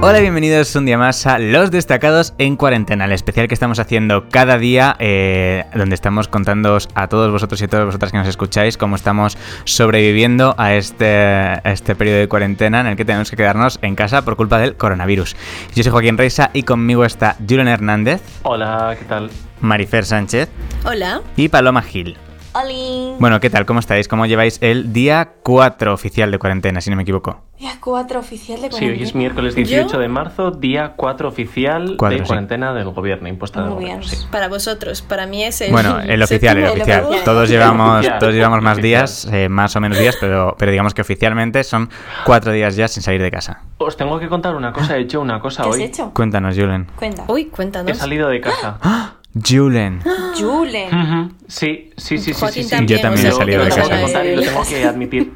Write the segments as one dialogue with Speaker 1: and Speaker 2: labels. Speaker 1: Hola, bienvenidos un día más a Los Destacados en Cuarentena, el especial que estamos haciendo cada día, eh, donde estamos contándoos a todos vosotros y a todas vosotras que nos escucháis cómo estamos sobreviviendo a este, a este periodo de cuarentena en el que tenemos que quedarnos en casa por culpa del coronavirus. Yo soy Joaquín Reisa y conmigo está Julian Hernández,
Speaker 2: Hola, ¿qué tal?
Speaker 1: Marifer Sánchez
Speaker 3: Hola.
Speaker 1: y Paloma Gil.
Speaker 3: Oli.
Speaker 1: Bueno, ¿qué tal? ¿Cómo estáis? ¿Cómo lleváis el día 4 oficial de cuarentena, si no me equivoco?
Speaker 3: Día 4 oficial de
Speaker 2: Sí, hoy es
Speaker 3: cuarentena.
Speaker 2: miércoles 18
Speaker 3: Yo-
Speaker 2: de marzo, día 4 oficial
Speaker 1: Cuatro,
Speaker 2: de
Speaker 1: sí.
Speaker 2: cuarentena del gobierno, impuesta del
Speaker 3: Muy bien.
Speaker 2: gobierno. sí.
Speaker 4: Para vosotros, para mí es el.
Speaker 1: Bueno, el oficial, el
Speaker 3: El
Speaker 1: oficial.
Speaker 3: oficial.
Speaker 1: Todos llevamos,
Speaker 2: Oficial.
Speaker 1: todos llevamos más
Speaker 2: Oficial.
Speaker 1: días, eh, más o menos días, pero, pero digamos que oficialmente son cuatro días ya sin salir de casa.
Speaker 2: Os tengo que contar una cosa, he hecho una cosa
Speaker 3: ¿Qué has
Speaker 2: hoy.
Speaker 3: hecho? ¡Ah!
Speaker 1: Cuéntanos, Julen.
Speaker 3: Cuenta.
Speaker 4: Uy,
Speaker 2: He
Speaker 4: cuéntanos.
Speaker 2: salido de casa.
Speaker 1: Julen.
Speaker 3: Ah. Jule.
Speaker 2: Ujú. Sí, sí, sí, sí, sí,
Speaker 4: Joaquín
Speaker 2: sí.
Speaker 4: también,
Speaker 1: Yo también he
Speaker 4: o sea,
Speaker 1: salido
Speaker 2: Lo
Speaker 1: de
Speaker 4: no
Speaker 2: tengo
Speaker 1: casa.
Speaker 2: que
Speaker 4: solo
Speaker 2: contar y
Speaker 4: él.
Speaker 2: lo tengo que admitir.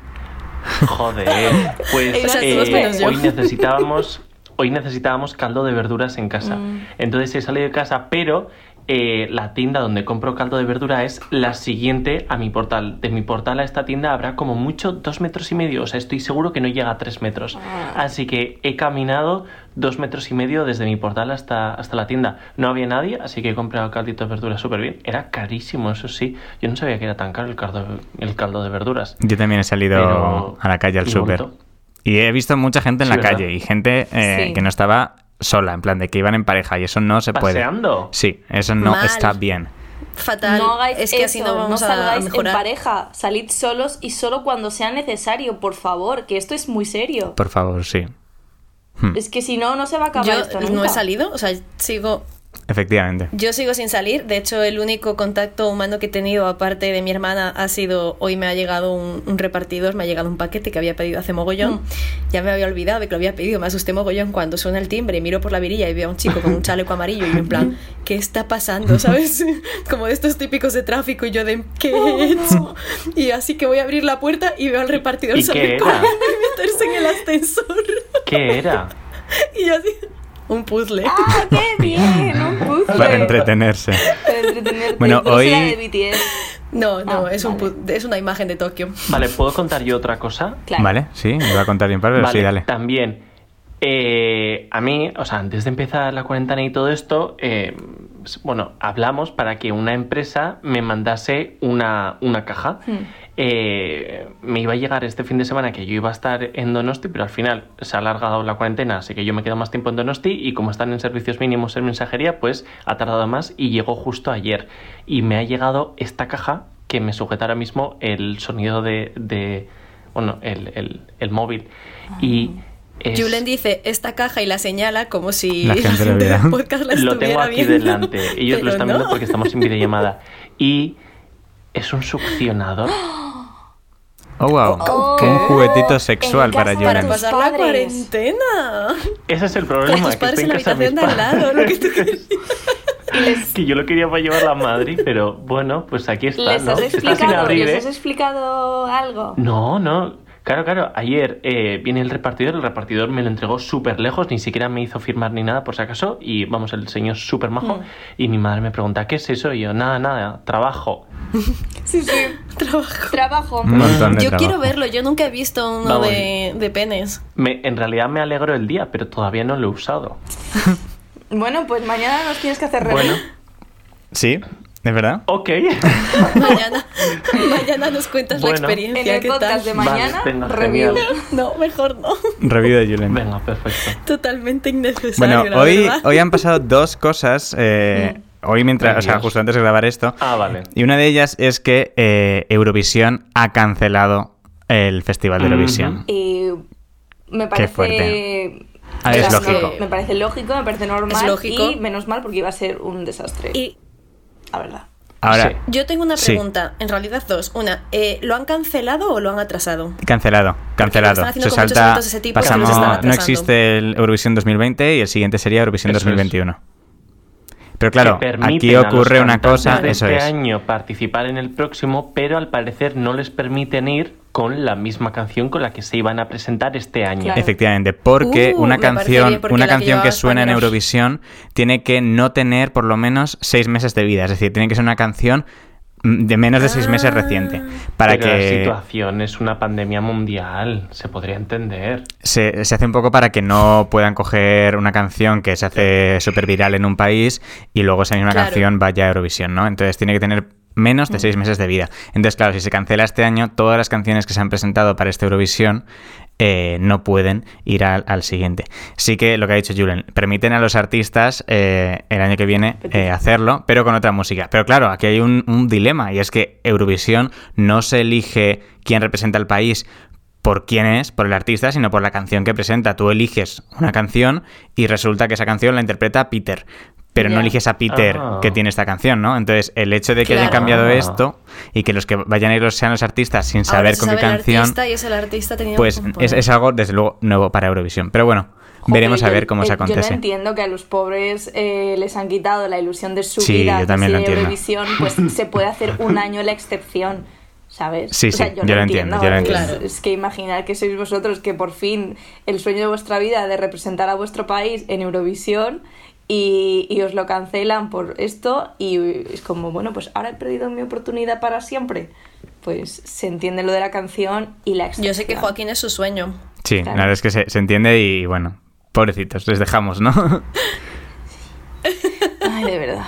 Speaker 2: Joder, pues
Speaker 4: O sea,
Speaker 2: eh,
Speaker 4: todos menos yo.
Speaker 2: hoy necesitábamos hoy necesitábamos caldo de verduras en casa. Entonces he salido de casa, pero eh, la tienda donde compro caldo de verdura es la siguiente a mi portal. De mi portal a esta tienda habrá como mucho dos metros y medio. O sea, estoy seguro que no llega a tres metros. Así que he caminado dos metros y medio desde mi portal hasta, hasta la tienda. No había nadie, así que he comprado caldito de verduras súper bien. Era carísimo, eso sí. Yo no sabía que era tan caro el caldo, el caldo de verduras.
Speaker 1: Yo también he salido
Speaker 2: Pero-
Speaker 1: a la calle al
Speaker 2: y
Speaker 1: súper.
Speaker 2: bonito.
Speaker 1: Y he visto mucha gente en la
Speaker 2: Sí, ¿verdad?
Speaker 1: calle y gente eh,
Speaker 3: Sí.
Speaker 1: que no estaba sola, en plan de que iban en pareja y eso no se puede.
Speaker 2: ¿Paseando?
Speaker 1: Sí, eso no
Speaker 4: Mal.
Speaker 1: está bien.
Speaker 4: Fatal.
Speaker 3: No hagáis
Speaker 4: es que
Speaker 3: eso,
Speaker 4: así no vamos a- a
Speaker 3: salgáis en
Speaker 4: mejorar.
Speaker 3: pareja, salid solos y solo cuando sea necesario, por favor, que esto es muy serio.
Speaker 1: Por favor, sí. Hmm,
Speaker 3: Es que si no, no se va a acabar
Speaker 4: Yo
Speaker 3: esto
Speaker 4: no
Speaker 3: nunca.
Speaker 4: he salido, o sea, sigo.
Speaker 1: Efectivamente.
Speaker 4: Yo sigo sin salir. De hecho, el único contacto humano que he tenido, aparte de mi hermana, ha sido. Hoy me ha llegado un, un repartidor, me ha llegado un paquete que había pedido hace mogollón. Ya me había olvidado de que lo había pedido. Me asusté mogollón cuando suena el timbre y miro por la virilla y veo a un chico con un chaleco amarillo y yo en plan, ¿qué está pasando? ¿Sabes? Como de estos típicos de tráfico y yo de, ¿qué he hecho? Y así que voy a abrir la puerta y veo al repartidor
Speaker 2: ¿Y qué
Speaker 4: salir
Speaker 2: era?
Speaker 4: corriendo y meterse en el ascensor.
Speaker 2: ¿Qué era?
Speaker 4: Y yo así, un puzzle.
Speaker 3: ¡Ah, qué bien! Un puzzle.
Speaker 1: Para entretenerse.
Speaker 3: Para entretenerte.
Speaker 1: Bueno,
Speaker 3: No será
Speaker 1: hoy-
Speaker 3: de BTS.
Speaker 4: No, no,
Speaker 3: Ah,
Speaker 4: es, un
Speaker 3: vale.
Speaker 4: pu- es una imagen de Tokio.
Speaker 2: Vale, ¿puedo contar yo otra cosa?
Speaker 3: Claro.
Speaker 1: Vale, sí, me va a contar bien, Pablo, pero
Speaker 2: vale,
Speaker 1: sí, dale.
Speaker 2: también. eh, a mí, o sea, antes de empezar la cuarentena y todo esto, eh, s- bueno, hablamos para que una empresa me mandase una, una caja. Eh, me iba a llegar este fin de semana que yo iba a estar en Donosti, pero al final se ha alargado la cuarentena, así que yo me quedo más tiempo en Donosti y como están en servicios mínimos en mensajería, pues ha tardado más y llegó justo ayer. Y me ha llegado esta caja que me sujeta ahora mismo el sonido de, de- bueno, el, el- el móvil. Y es-
Speaker 4: Julen dice esta caja y la señala como si
Speaker 1: La gente lo viera.
Speaker 4: del podcast la
Speaker 2: lo tengo
Speaker 4: estuviera
Speaker 2: aquí
Speaker 4: viendo.
Speaker 2: delante. Ellos
Speaker 4: Pero
Speaker 2: lo están viendo
Speaker 4: no.
Speaker 2: porque estamos en videollamada. Y es un succionador.
Speaker 1: Oh, wow.
Speaker 3: Oh,
Speaker 1: Un
Speaker 3: ¿qué?
Speaker 1: juguetito sexual
Speaker 3: En
Speaker 1: para
Speaker 3: casa
Speaker 1: Julen.
Speaker 4: Para
Speaker 3: Tus
Speaker 4: pasar la
Speaker 3: padres.
Speaker 4: cuarentena.
Speaker 2: Ese es el
Speaker 4: Con
Speaker 2: problema. que
Speaker 4: tus padres
Speaker 2: estoy
Speaker 4: en la
Speaker 2: casa de
Speaker 4: habitación de
Speaker 2: mis
Speaker 4: al lado, lo que tú
Speaker 2: padres.
Speaker 4: quieres.
Speaker 2: Que yo lo quería para llevarla a Madrid, pero bueno, pues aquí está,
Speaker 3: ¿Les
Speaker 2: ¿no?
Speaker 3: has
Speaker 2: Está sin
Speaker 3: explicado,
Speaker 2: abrir,
Speaker 3: ¿les
Speaker 2: ¿eh?
Speaker 3: has explicado algo?
Speaker 2: No, no. Claro, claro. Ayer eh, viene el repartidor. El repartidor me lo entregó súper lejos. Ni siquiera me hizo firmar ni nada, por si acaso. Y vamos, el señor súper majo.
Speaker 3: Mm.
Speaker 2: Y mi madre me pregunta, ¿qué es eso? Y yo, nada, nada, trabajo.
Speaker 3: Sí, sí.
Speaker 4: Trabajo.
Speaker 3: Trabajo.
Speaker 2: Mm.
Speaker 1: Un montón de
Speaker 4: Yo
Speaker 1: trabajo.
Speaker 4: quiero verlo, yo nunca he visto uno
Speaker 2: Vamos.
Speaker 4: de, de penes.
Speaker 2: Me, en realidad me alegro el día, pero todavía no lo he usado.
Speaker 3: Bueno, pues mañana nos tienes que hacer review.
Speaker 2: Bueno,
Speaker 1: Sí, es verdad.
Speaker 2: ok.
Speaker 4: Mañana, mañana nos cuentas
Speaker 2: Bueno.
Speaker 4: la
Speaker 3: En
Speaker 4: experiencia,
Speaker 3: el
Speaker 4: ¿qué
Speaker 3: podcast
Speaker 4: tal?
Speaker 3: de mañana,
Speaker 2: Vale, venga,
Speaker 3: review.
Speaker 2: genial.
Speaker 4: No, mejor no.
Speaker 1: Review de Julen.
Speaker 2: Venga, perfecto.
Speaker 4: Totalmente innecesario.
Speaker 1: Bueno,
Speaker 4: la
Speaker 1: hoy,
Speaker 4: verdad. Mm.
Speaker 1: hoy han pasado dos cosas. eh, Hoy mientras,
Speaker 2: Ay,
Speaker 1: o sea,
Speaker 2: Dios.
Speaker 1: justo antes de grabar esto.
Speaker 2: Ah, vale.
Speaker 1: Y una de ellas es que eh, Eurovisión ha cancelado el Festival de
Speaker 2: Ujú.
Speaker 1: Eurovisión.
Speaker 3: Eh, me parece.
Speaker 1: fuerte. Ah, es
Speaker 3: o sea, no,
Speaker 1: lógico.
Speaker 3: me parece lógico, me parece normal.
Speaker 4: Es lógico.
Speaker 3: Y menos mal porque iba a ser un desastre.
Speaker 4: Y
Speaker 3: La verdad.
Speaker 1: Ahora,
Speaker 4: Yo tengo una
Speaker 1: Sí.
Speaker 4: pregunta, en realidad dos. Una, eh, ¿lo han cancelado o lo han atrasado?
Speaker 1: cancelado,
Speaker 4: están
Speaker 1: cancelado.
Speaker 4: haciendo
Speaker 1: Se
Speaker 4: con muchos
Speaker 1: salta,
Speaker 4: eventos de ese tipo que
Speaker 1: pasamos,
Speaker 4: los están
Speaker 1: no
Speaker 4: atrasando.
Speaker 1: existe el Eurovisión 2020 y el siguiente sería Eurovisión
Speaker 2: Eso es.
Speaker 1: 2021. Pero claro,
Speaker 2: Que permiten
Speaker 1: aquí
Speaker 2: a los
Speaker 1: ocurre una
Speaker 2: cantantes
Speaker 1: cosa,
Speaker 2: de
Speaker 1: eso
Speaker 2: este
Speaker 1: es.
Speaker 2: año participar en el próximo, pero al parecer no les permiten ir con la misma canción con la que se iban a presentar este año.
Speaker 3: Claro.
Speaker 1: Efectivamente, porque
Speaker 4: Uh,
Speaker 1: una
Speaker 4: me parece
Speaker 1: canción,
Speaker 4: bien, porque
Speaker 1: una
Speaker 4: la que
Speaker 1: canción que,
Speaker 4: llevaba
Speaker 1: suena en
Speaker 4: española.
Speaker 1: Eurovisión tiene que no tener por lo menos seis meses de vida, es decir, tiene que ser una canción mm, de menos de seis meses reciente.
Speaker 4: Ah.
Speaker 1: Para
Speaker 2: Pero
Speaker 1: que
Speaker 2: la situación es una pandemia mundial, se podría entender.
Speaker 1: se, se hace un poco para que no puedan coger una canción que se hace súper viral en un país y luego esa misma
Speaker 4: Claro.
Speaker 1: canción vaya a Eurovisión, ¿no? Entonces tiene que tener menos de seis meses de vida. Entonces, claro, si se cancela este año, todas las canciones que se han presentado para esta Eurovisión eh, no pueden ir al, al siguiente. Sí que lo que ha dicho Julen, permiten a los artistas eh, el año que viene eh, hacerlo, pero con otra música. Pero claro, aquí hay un, un dilema y es que Eurovisión no se elige quién representa al país por quién es, por el artista, sino por la canción que presenta. Tú eliges una canción y resulta que esa canción la interpreta Peter. Pero no
Speaker 4: Ya.
Speaker 1: eliges a Peter
Speaker 2: Ah.
Speaker 1: que tiene esta canción, ¿no? Entonces, el hecho de que hayan
Speaker 4: Claro.
Speaker 1: cambiado
Speaker 2: Ah.
Speaker 1: esto y que los que vayan a ir sean los artistas sin
Speaker 4: Ahora
Speaker 1: saber
Speaker 4: se
Speaker 1: con
Speaker 4: sabe
Speaker 1: qué
Speaker 4: el
Speaker 1: canción,
Speaker 4: artista y es el artista teniendo
Speaker 1: pues
Speaker 4: que componer.
Speaker 1: es, es algo, desde luego, nuevo para Eurovisión. Pero bueno,
Speaker 3: Joder,
Speaker 1: veremos a
Speaker 3: yo-
Speaker 1: ver cómo
Speaker 3: eh,
Speaker 1: se
Speaker 3: Yo no
Speaker 1: acontece.
Speaker 3: entiendo que a los pobres eh, les han quitado la ilusión de su
Speaker 1: Sí,
Speaker 3: vida.
Speaker 1: yo también lo
Speaker 3: que si de
Speaker 1: entiendo.
Speaker 3: Eurovisión, pues se puede hacer un año la excepción. ¿Sabes?
Speaker 1: Sí, sí, yo
Speaker 3: no
Speaker 1: lo entiendo, yo lo
Speaker 3: es-
Speaker 4: entiendo.
Speaker 3: Es, que imaginar que sois vosotros que por fin el sueño de vuestra vida de representar a vuestro país en Eurovisión y, y os lo cancelan por esto y es como, bueno, pues ahora he perdido mi oportunidad para siempre. Pues se entiende lo de la canción y la excepción.
Speaker 4: Yo sé que Joaquín es su sueño.
Speaker 1: Sí, la
Speaker 3: Claro.
Speaker 1: verdad es que se, se entiende y bueno, pobrecitos, les dejamos, ¿no?
Speaker 3: Ay, de verdad.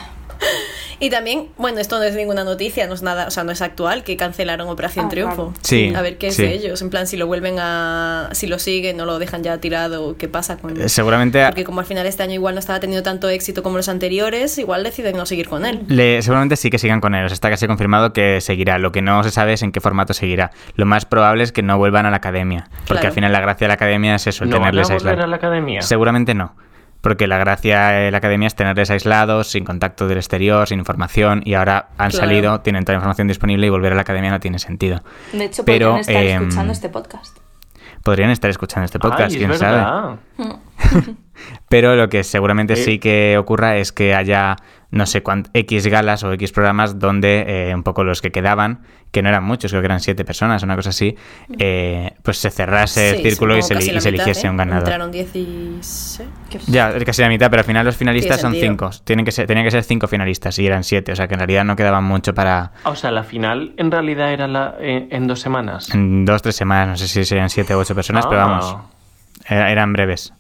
Speaker 4: Y también, bueno, esto no es ninguna noticia, no es nada, o sea, no es actual que cancelaron Operación
Speaker 3: Ah,
Speaker 4: Triunfo.
Speaker 3: claro.
Speaker 1: Sí,
Speaker 4: A ver qué es
Speaker 1: sí.
Speaker 4: de ellos. En plan, si lo vuelven a. Si lo siguen, no lo dejan ya tirado, ¿qué pasa con.?
Speaker 1: Eh, Seguramente a-
Speaker 4: Porque como al final este año igual no estaba teniendo tanto éxito como los anteriores, igual deciden no seguir con él.
Speaker 1: Le- seguramente sí que sigan con él, o sea, está casi confirmado que seguirá. Lo que no se sabe es en qué formato seguirá. Lo más probable es que no vuelvan a la academia, porque
Speaker 4: Claro.
Speaker 1: al final la gracia de la academia es eso,
Speaker 2: ¿No van a
Speaker 1: tenerles
Speaker 2: volver a
Speaker 1: aislados.
Speaker 2: la academia?
Speaker 1: Seguramente no, porque la gracia de la academia es tenerles aislados, sin contacto del exterior, sin información, y ahora han
Speaker 4: Claro.
Speaker 1: salido, tienen toda la información disponible y volver a la academia no tiene sentido.
Speaker 3: De hecho,
Speaker 1: Pero,
Speaker 3: podrían estar
Speaker 1: em,
Speaker 3: escuchando este podcast.
Speaker 1: Podrían estar escuchando este
Speaker 2: Ay,
Speaker 1: podcast,
Speaker 2: es
Speaker 1: quién sabe.
Speaker 2: verdad.
Speaker 3: Hmm,
Speaker 1: Pero lo que
Speaker 4: Eh.
Speaker 1: seguramente
Speaker 2: Sí.
Speaker 1: sí que ocurra es que haya, no sé, cuánt- X galas o X programas donde eh, un poco los que quedaban, que no eran muchos, creo que eran siete personas, una cosa así, eh, pues se cerrase el
Speaker 4: Mm. Sí,
Speaker 1: círculo y
Speaker 4: supongo
Speaker 1: se,
Speaker 4: casi
Speaker 1: li-
Speaker 4: la
Speaker 1: y se
Speaker 4: mitad,
Speaker 1: eligiese
Speaker 4: ¿eh?
Speaker 1: un ganador.
Speaker 4: Entraron 16.
Speaker 3: Qué-
Speaker 1: Ya, es casi la mitad, pero al final los finalistas son
Speaker 4: sentido.
Speaker 1: cinco. Tienen que ser, tenían que ser cinco finalistas y eran siete, o sea que en realidad no quedaban mucho para
Speaker 2: O sea, la final en realidad era la, en, en dos semanas.
Speaker 1: en dos, tres semanas, no sé si serían siete o ocho personas, pero
Speaker 2: Ah.
Speaker 1: vamos, era- eran breves.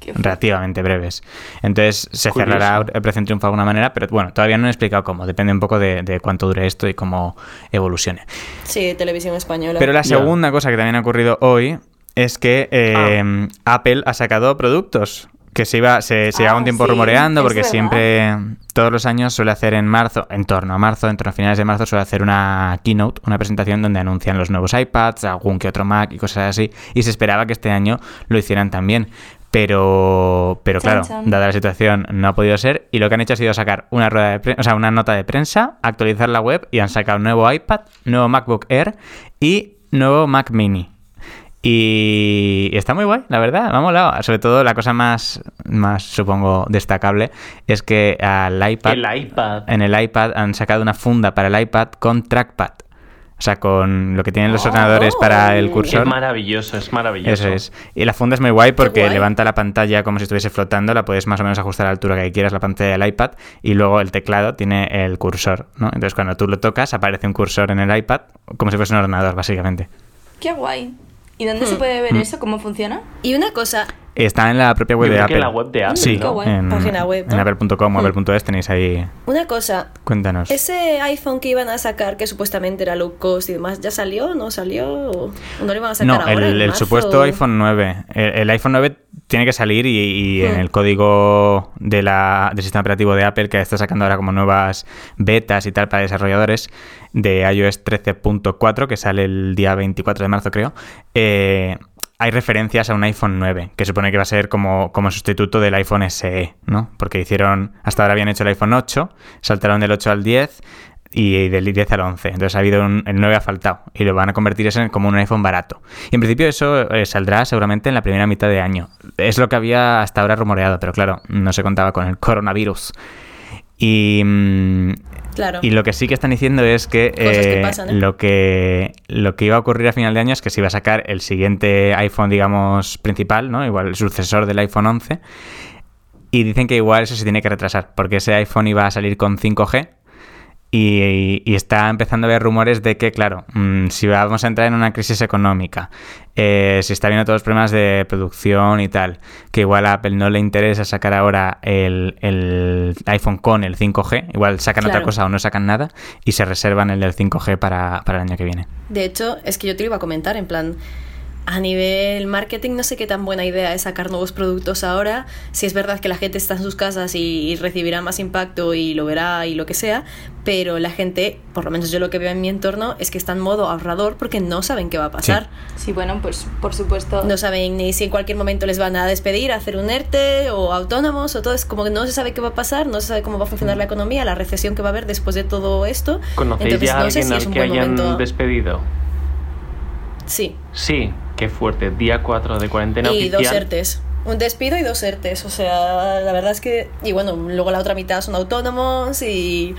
Speaker 3: qué fuerte.
Speaker 1: relativamente breves. Entonces se
Speaker 2: Curioso.
Speaker 1: cerrará el precio en triunfo de alguna manera, pero bueno, todavía no han explicado cómo. Depende un poco de, de cuánto dure esto y cómo evolucione.
Speaker 4: Sí, televisión española.
Speaker 1: Pero la
Speaker 2: Ya. Ah.
Speaker 1: segunda cosa que también ha ocurrido hoy es que eh, Apple ha sacado productos que se iba se, se
Speaker 3: Ah,
Speaker 1: llevaba un tiempo
Speaker 3: sí,
Speaker 1: rumoreando
Speaker 3: es
Speaker 1: porque
Speaker 3: verdad.
Speaker 1: siempre todos los años suele hacer en marzo en torno a marzo en torno a finales de marzo suele hacer una keynote una presentación donde anuncian los nuevos iPads algún que otro Mac y cosas así y se esperaba que este año lo hicieran también pero pero
Speaker 3: Chan,
Speaker 1: claro
Speaker 3: chan.
Speaker 1: dada la situación no ha podido ser y lo que han hecho ha sido sacar una rueda de pre- o sea una nota de prensa actualizar la web y han sacado un nuevo iPad nuevo MacBook Air y nuevo Mac Mini y está muy guay, la verdad, me ha molado. Sobre todo la cosa más, más supongo, destacable es que al iPad,
Speaker 2: El iPad.
Speaker 1: en el iPad han sacado una funda para el iPad con trackpad. O sea, con lo que tienen los ordenadores para el
Speaker 2: Oh. Es
Speaker 1: cursor.
Speaker 2: maravilloso, es maravilloso.
Speaker 1: Eso es. Y la funda es muy guay porque
Speaker 4: guay.
Speaker 1: levanta la pantalla como si estuviese flotando, la puedes más o menos ajustar a la altura que quieras la pantalla del iPad y luego el teclado tiene el cursor, ¿no? Entonces cuando tú lo tocas aparece un cursor en el iPad como si fuese un ordenador, básicamente.
Speaker 3: Qué guay. ¿Y dónde
Speaker 2: Hmm,
Speaker 3: se puede
Speaker 1: hmm.
Speaker 3: ver eso? ¿Cómo funciona?
Speaker 4: Y una cosa,
Speaker 1: Está en la propia web
Speaker 2: Yo
Speaker 1: de
Speaker 2: creo que
Speaker 1: Apple.
Speaker 2: en la web de Apple,
Speaker 1: Sí,
Speaker 3: Qué guay.
Speaker 1: en,
Speaker 4: Página web,
Speaker 1: en
Speaker 4: ¿no?
Speaker 1: apple.com o apple.es tenéis ahí.
Speaker 4: una cosa.
Speaker 1: Cuéntanos.
Speaker 4: Ese iPhone que iban a sacar, que supuestamente era low cost y demás, ¿ya salió? ¿No salió? ¿O ¿No lo iban a sacar
Speaker 1: No,
Speaker 4: ahora?
Speaker 1: el,
Speaker 4: en
Speaker 1: el
Speaker 4: marzo?
Speaker 1: supuesto iPhone 9. El, el iPhone 9 tiene que salir y, y en
Speaker 4: Mm.
Speaker 1: el código de la, del sistema operativo de Apple, que está sacando ahora como nuevas betas y tal para desarrolladores, de iOS 13.4, que sale el día 24 de marzo, creo, eh, hay referencias a un iPhone 9, que supone que va a ser como, como sustituto del iPhone SE, ¿no? Porque hicieron, hasta ahora habían hecho el iPhone 8, saltaron del 8 al 10 y del 10 al 11. Entonces ha habido un, el 9 ha faltado y lo van a convertir eso en como un iPhone barato. Y en principio eso eh, saldrá seguramente en la primera mitad de año. Es lo que había hasta ahora rumoreado, pero claro, no se contaba con el coronavirus. Y, mm,
Speaker 4: Claro.
Speaker 1: y lo que sí que están diciendo es que,
Speaker 4: Cosas que
Speaker 1: eh,
Speaker 4: pasan, ¿eh?
Speaker 1: lo que lo que iba a ocurrir a final de año es que se iba a sacar el siguiente iPhone, digamos, principal, ¿no? Igual el sucesor del iPhone 11. Y dicen que igual eso se tiene que retrasar, porque ese iPhone iba a salir con 5G y, y está empezando a haber rumores de que, claro, mm, si vamos a entrar en una crisis económica, eh, si está viendo todos los problemas de producción y tal, que igual a Apple no le interesa sacar ahora el, el iPhone con el 5G, igual sacan
Speaker 4: Claro.
Speaker 1: otra cosa o no sacan nada y se reservan el del 5G para, para el año que viene.
Speaker 4: De hecho, es que yo te lo iba a comentar, en plan, a nivel marketing no sé qué tan buena idea es sacar nuevos productos ahora, si es verdad que la gente está en sus casas y recibirá más impacto y lo verá y lo que sea, pero la gente, por lo menos yo lo que veo en mi entorno, es que está en modo ahorrador porque no saben qué va a pasar.
Speaker 3: Sí, bueno, pues por supuesto.
Speaker 4: No saben ni si en cualquier momento les van a despedir, a hacer un ERTE o autónomos o todo. Es como que no se sabe qué va a pasar, no se sabe cómo va a funcionar la economía, la recesión que va a haber después de todo esto.
Speaker 2: ¿Conocéis
Speaker 4: Entonces
Speaker 2: ya a
Speaker 4: no sé
Speaker 2: alguien
Speaker 4: si es
Speaker 2: al
Speaker 4: un
Speaker 2: que
Speaker 4: buen
Speaker 2: hayan
Speaker 4: momento.
Speaker 2: despedido?
Speaker 4: Sí,
Speaker 2: Sí, qué fuerte. Día 4 de cuarentena
Speaker 4: y
Speaker 2: oficial.
Speaker 4: dos ERTES. Un despido y dos ERTES. O sea, la verdad es que. Y bueno, luego la otra mitad son autónomos y.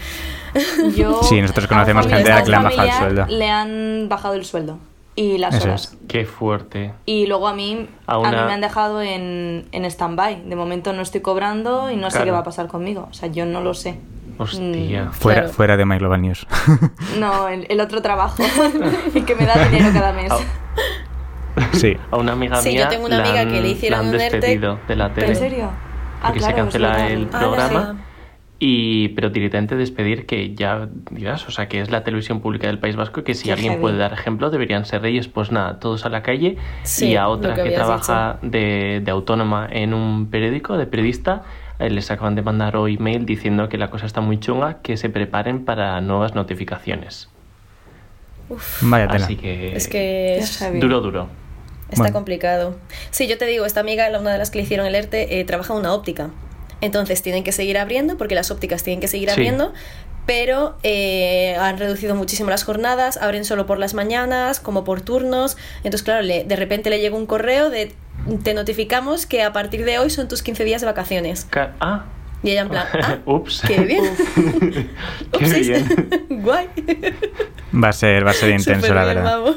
Speaker 3: Yo,
Speaker 1: Sí, nosotros
Speaker 3: a un
Speaker 1: conocemos
Speaker 3: familiar-
Speaker 4: gente a la que le han
Speaker 3: a un
Speaker 1: bajado el
Speaker 3: familiar
Speaker 1: sueldo.
Speaker 3: Le han bajado el sueldo y las
Speaker 1: Eso
Speaker 3: horas.
Speaker 1: es.
Speaker 2: Qué fuerte.
Speaker 3: Y luego a mí,
Speaker 2: A
Speaker 3: a
Speaker 2: una-
Speaker 3: mí me han dejado en, en stand-by. De momento no estoy cobrando y no sé
Speaker 2: Claro.
Speaker 3: qué va a pasar conmigo. O sea, yo no lo sé.
Speaker 2: Hostia.
Speaker 1: Fuera,
Speaker 4: Claro.
Speaker 1: fuera de My Global News.
Speaker 3: No, el, el otro trabajo, el que me da dinero cada mes.
Speaker 2: A,
Speaker 1: sí.
Speaker 2: a una amiga
Speaker 4: Sí, yo
Speaker 2: mía
Speaker 4: tengo una
Speaker 2: la
Speaker 4: amiga
Speaker 2: han-
Speaker 4: que le hicieron
Speaker 2: la han
Speaker 4: un ERTE,
Speaker 2: despedido de la tele.
Speaker 3: ¿En serio?
Speaker 2: Porque se cancela
Speaker 3: es verdad.
Speaker 2: el
Speaker 4: Ah,
Speaker 2: programa.
Speaker 4: la-
Speaker 2: Y, pero directamente despedir que ya dirás, o sea, que es la televisión pública del País Vasco, que si
Speaker 3: Qué
Speaker 2: alguien
Speaker 3: heavy.
Speaker 2: puede dar ejemplo, deberían ser reyes, pues nada, todos a la calle.
Speaker 4: Sí,
Speaker 2: y a
Speaker 4: lo
Speaker 2: otra
Speaker 4: que
Speaker 2: que,
Speaker 4: habías
Speaker 2: trabaja de, de autónoma en un periódico, de periodista, eh, les acaban de mandar hoy mail diciendo que la cosa está muy chunga, que se preparen para nuevas notificaciones.
Speaker 1: Vaya tela.
Speaker 2: Así que,
Speaker 4: Es que.
Speaker 3: Qué heavy.
Speaker 2: duro, duro.
Speaker 4: Está
Speaker 1: Bueno.
Speaker 4: complicado. Sí, yo te digo, esta amiga, la una de las que le hicieron el ERTE, eh, trabaja en una óptica. Entonces tienen que seguir abriendo, porque las ópticas tienen que seguir
Speaker 2: Sí.
Speaker 4: abriendo, pero eh, han reducido muchísimo las jornadas, abren solo por las mañanas, como por turnos. Entonces, claro, le- de repente le llega un correo de te notificamos que a partir de hoy son tus 15 días de vacaciones.
Speaker 2: Ca- ah,
Speaker 4: Y ella en plan, ah,
Speaker 2: ups.
Speaker 4: qué bien.
Speaker 2: Qué
Speaker 4: Upsis.
Speaker 2: bien.
Speaker 4: Guay.
Speaker 1: Va a ser, va a ser intenso, la
Speaker 4: Superbién,
Speaker 1: verdad.
Speaker 4: vamos.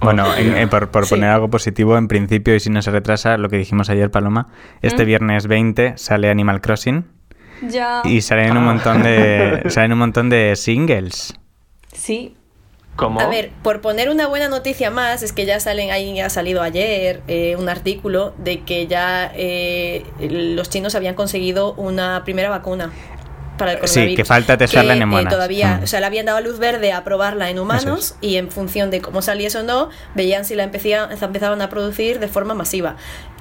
Speaker 1: Bueno, en- eh, por, por
Speaker 4: Sí.
Speaker 1: poner algo positivo, en principio, y si no se retrasa, lo que dijimos ayer, Paloma, este viernes 20 sale Animal Crossing
Speaker 3: Ya.
Speaker 1: y salen un
Speaker 2: Ah.
Speaker 1: montón de salen un montón de singles.
Speaker 3: Sí,
Speaker 2: ¿Cómo?
Speaker 4: A ver, por poner una buena noticia más, es que ya salen ahí, ha salido ayer eh, un artículo de que ya eh, los chinos habían conseguido una primera vacuna para el
Speaker 1: Sí,
Speaker 4: coronavirus.
Speaker 1: que falta testarla
Speaker 4: Que,
Speaker 1: en
Speaker 4: eh,
Speaker 1: humanos.
Speaker 4: todavía,
Speaker 1: Mm.
Speaker 4: o sea, le habían dado luz verde a probarla en humanos
Speaker 1: Eso
Speaker 4: y en función de cómo saliese o no, veían si la empecía- empezaban a producir de forma masiva.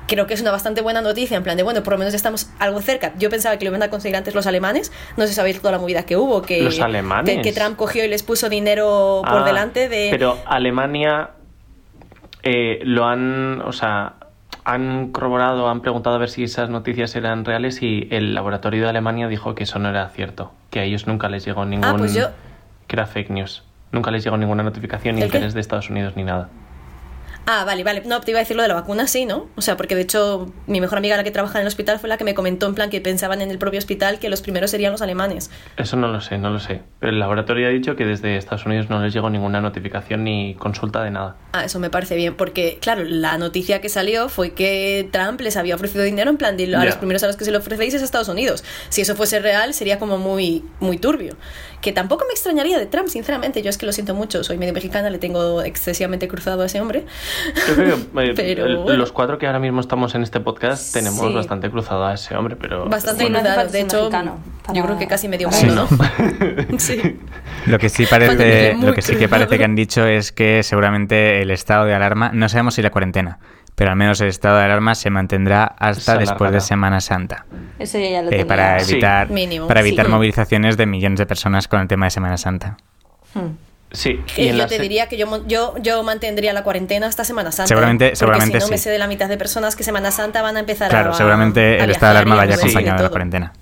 Speaker 4: Creo que es una bastante buena noticia, en plan de, bueno, por lo menos ya estamos algo cerca. Yo pensaba que lo iban a conseguir antes los alemanes, no sé si sabéis toda la movida que hubo, que,
Speaker 2: Los
Speaker 4: que-
Speaker 2: alemanes.
Speaker 4: que Trump cogió y les puso dinero por
Speaker 2: Ah,
Speaker 4: delante de...
Speaker 2: Pero Alemania eh, lo han, o sea, han corroborado, han preguntado a ver si esas noticias eran reales y el laboratorio de Alemania dijo que eso no era cierto, que a ellos nunca les llegó ningún,
Speaker 4: pues yo-
Speaker 2: que era fake news, nunca les llegó ninguna notificación ni
Speaker 4: ¿El qué?
Speaker 2: interés de Estados Unidos ni nada.
Speaker 4: Ah, vale, vale. No, te iba a decir lo de la vacuna, sí, ¿no? O sea, porque de hecho mi mejor amiga, la que trabaja en el hospital, fue la que me comentó en plan que pensaban en el propio hospital que los primeros serían los alemanes.
Speaker 2: Eso no lo sé, no lo sé. Pero el laboratorio ha dicho que desde Estados Unidos no les llegó ninguna notificación ni consulta de nada.
Speaker 4: Ah, eso me parece bien, porque claro, la noticia que salió fue que Trump les había ofrecido dinero en plan de a
Speaker 2: Ya.
Speaker 4: los primeros a los que se lo ofrecéis es a Estados Unidos. Si eso fuese real, sería como muy, muy turbio. Que tampoco me extrañaría de Trump, sinceramente. Yo es que lo siento mucho, soy medio mexicana, le tengo excesivamente cruzado a ese hombre.
Speaker 2: Yo creo que eh,
Speaker 4: Pero
Speaker 2: el-
Speaker 4: bueno.
Speaker 2: los cuatro que ahora mismo estamos en este podcast tenemos
Speaker 3: Sí.
Speaker 2: bastante cruzado a ese hombre, pero...
Speaker 4: Bastante
Speaker 3: Sí, no hace
Speaker 4: cruzado.
Speaker 3: falta
Speaker 4: De
Speaker 3: ser
Speaker 4: hecho,
Speaker 3: mexicano para-
Speaker 4: yo creo que casi medio
Speaker 3: para
Speaker 4: mundo,
Speaker 2: Sí,
Speaker 4: ¿no? Sí.
Speaker 1: Lo que sí
Speaker 4: Falta que
Speaker 1: parece,
Speaker 4: quede muy
Speaker 1: lo que sí que parece
Speaker 4: cruzado.
Speaker 1: que han dicho es que seguramente el estado de alarma, no sabemos si la cuarentena, pero al menos el estado de alarma se mantendrá hasta
Speaker 2: Se
Speaker 1: después de
Speaker 2: alargará.
Speaker 1: Semana Santa.
Speaker 3: eso yo ya lo
Speaker 1: eh,
Speaker 3: tenía.
Speaker 1: para
Speaker 2: Sí.
Speaker 1: evitar,
Speaker 4: Mínimo.
Speaker 1: para evitar
Speaker 4: Sí.
Speaker 1: movilizaciones de millones de personas con el tema de Semana Santa.
Speaker 3: Hmm.
Speaker 2: Sí,
Speaker 4: Y yo
Speaker 2: la
Speaker 4: te
Speaker 1: e-
Speaker 2: se-
Speaker 4: diría que yo, mon- yo, yo mantendría la cuarentena hasta Semana Santa.
Speaker 1: Seguramente-
Speaker 4: porque
Speaker 1: seguramente
Speaker 4: si no me
Speaker 1: sí.
Speaker 4: sé de la mitad de personas que Semana Santa van a empezar a.
Speaker 1: Claro, seguramente
Speaker 4: a
Speaker 1: el estado de
Speaker 4: viajar y
Speaker 1: alarma vaya
Speaker 4: moverse y
Speaker 1: acompañado de la
Speaker 4: todo.
Speaker 1: cuarentena.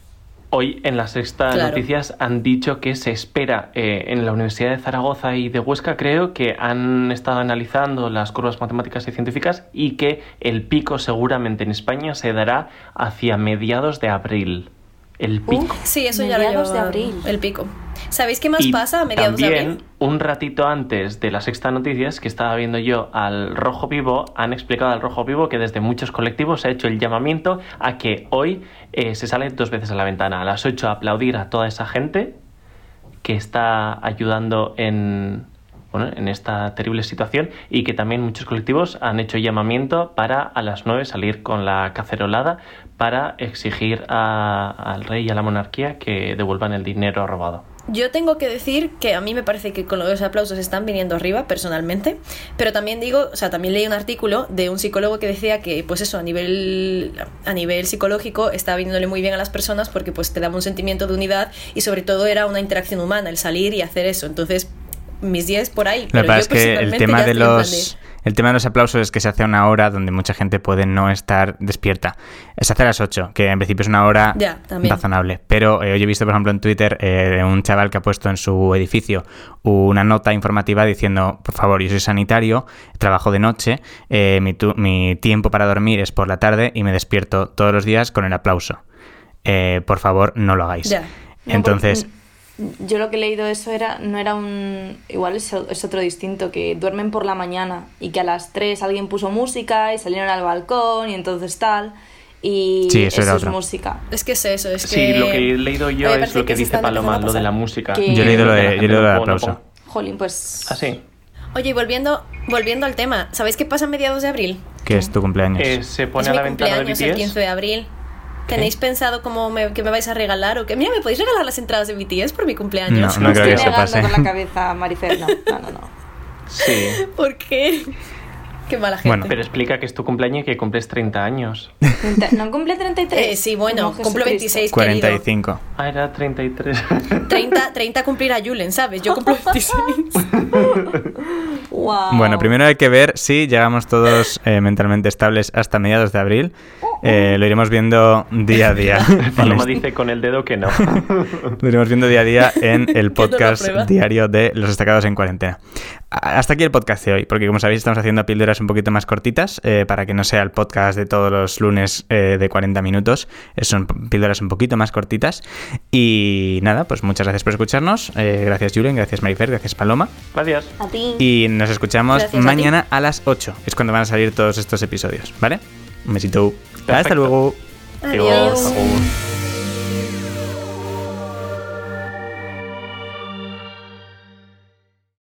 Speaker 2: Hoy en la sexta
Speaker 4: Claro.
Speaker 2: noticias han dicho que se espera eh, en la Universidad de Zaragoza y de Huesca, creo, que han estado analizando las curvas matemáticas y científicas y que el pico seguramente en España se dará hacia mediados de abril. El pico.
Speaker 4: Sí, eso ya lo
Speaker 3: Mediados de
Speaker 4: llevaba
Speaker 3: abril.
Speaker 4: El pico. ¿Sabéis qué más
Speaker 2: Y
Speaker 4: pasa a mediados de
Speaker 2: también,
Speaker 4: abril?
Speaker 2: un ratito antes de la sexta noticias que estaba viendo yo al Rojo Vivo, han explicado al Rojo Vivo que desde muchos colectivos se ha hecho el llamamiento a que hoy eh, se sale dos veces a la ventana, a las 8 a aplaudir a toda esa gente que está ayudando en, bueno, en esta terrible situación y que también muchos colectivos han hecho llamamiento para a las 9 salir con la cacerolada para exigir a- al rey y a la monarquía que devuelvan el dinero robado.
Speaker 4: Yo tengo que decir que a mí me parece que con los aplausos están viniendo arriba, personalmente. Pero también digo, o sea, también leí un artículo de un psicólogo que decía que, pues eso, a nivel, a nivel psicológico está viniéndole muy bien a las personas porque pues te daba un sentimiento de unidad y sobre todo era una interacción humana, el salir y hacer eso. Entonces, mis 10 por ahí.
Speaker 1: Lo
Speaker 4: pero
Speaker 1: que
Speaker 4: yo
Speaker 1: pasa es que el
Speaker 4: personalmente
Speaker 1: tema
Speaker 4: ya
Speaker 1: de
Speaker 4: estoy en plan
Speaker 1: los. El tema de los aplausos es que se hace a una hora donde mucha gente puede no estar despierta. Se hace a las 8, que en principio es una hora
Speaker 4: Ya, también.
Speaker 1: razonable. Pero eh, hoy he visto, por ejemplo, en Twitter eh, de un chaval que ha puesto en su edificio una nota informativa diciendo, por favor, yo soy sanitario, trabajo de noche, eh, mi, tu- mi tiempo para dormir es por la tarde y me despierto todos los días con el aplauso. Eh, por favor, no lo hagáis.
Speaker 4: Ya.
Speaker 3: No, porque
Speaker 1: Entonces,
Speaker 3: n- yo lo que he leído eso era, no era un... Igual es, o- es otro distinto, que duermen por la mañana y que a las 3 alguien puso música y salieron al balcón y entonces tal. Y
Speaker 1: Sí, eso era
Speaker 3: es
Speaker 1: otro.
Speaker 3: música.
Speaker 4: Es que es eso, es que...
Speaker 2: Sí, lo que he leído yo
Speaker 4: A mí me
Speaker 2: es
Speaker 4: parece
Speaker 2: lo que,
Speaker 4: se
Speaker 2: dice
Speaker 4: están empezando
Speaker 2: Paloma,
Speaker 4: a
Speaker 2: lo de
Speaker 4: pasar.
Speaker 2: la música.
Speaker 3: Que- Yo he
Speaker 1: leído lo de-
Speaker 2: la
Speaker 1: yo
Speaker 2: gente
Speaker 1: he leído
Speaker 2: no
Speaker 1: lo del
Speaker 2: ponga- no
Speaker 1: aplauso.
Speaker 2: ponga.
Speaker 3: Jolín, pues...
Speaker 2: Ah, sí.
Speaker 4: Oye, y volviendo, volviendo al tema, ¿sabéis qué pasa a mediados de abril?
Speaker 1: que es tu cumpleaños.
Speaker 2: Eh, se pone
Speaker 4: es
Speaker 2: a la
Speaker 4: mi
Speaker 2: ventana de
Speaker 4: cumpleaños el 15
Speaker 2: BTS.
Speaker 4: de abril. ¿Tenéis pensado cómo me, que me vais a regalar o que Mira, ¿me podéis regalar las entradas de BTS por mi cumpleaños?
Speaker 1: No creo
Speaker 3: estoy
Speaker 1: que se
Speaker 3: negando
Speaker 1: pase.
Speaker 3: con la cabeza, Marifer, no, no, no. no.
Speaker 2: Sí.
Speaker 4: ¿Por qué? Qué mala gente.
Speaker 1: Bueno,
Speaker 2: Pero explica que es tu cumpleaños y que cumples 30 años.
Speaker 3: Treinta- ¿No cumple 33?
Speaker 4: Eh, sí, bueno,
Speaker 3: Como
Speaker 4: cumplo
Speaker 3: Jesucristo.
Speaker 4: 26, querido.
Speaker 1: 45.
Speaker 2: Ah, era 33.
Speaker 4: 30, 30 cumplir a Julen, ¿sabes? Yo cumplo 26.
Speaker 3: Guau.
Speaker 1: Bueno, primero hay que ver si llegamos todos eh, mentalmente estables hasta mediados de abril. Eh, lo iremos viendo día a día.
Speaker 2: Paloma dice con el dedo que no.
Speaker 1: lo iremos viendo día a día en el
Speaker 4: Que no lo
Speaker 1: podcast
Speaker 4: aprueba.
Speaker 1: diario de Los Destacados en Cuarentena. A- Hasta aquí el podcast de hoy, porque como sabéis estamos haciendo píldoras un poquito más cortitas eh, para que no sea el podcast de todos los lunes eh, de 40 minutos. Eh, son p- píldoras un poquito más cortitas. Y nada, pues muchas gracias por escucharnos. Eh, gracias Julen, gracias Marifer, gracias Paloma.
Speaker 2: Gracias.
Speaker 3: A ti.
Speaker 1: Y nos escuchamos
Speaker 4: Gracias a
Speaker 1: mañana a, las 8. Es cuando van a salir todos estos episodios, ¿vale? Un besito. Hasta
Speaker 2: Perfecto.
Speaker 1: luego.
Speaker 2: Adiós. Adiós.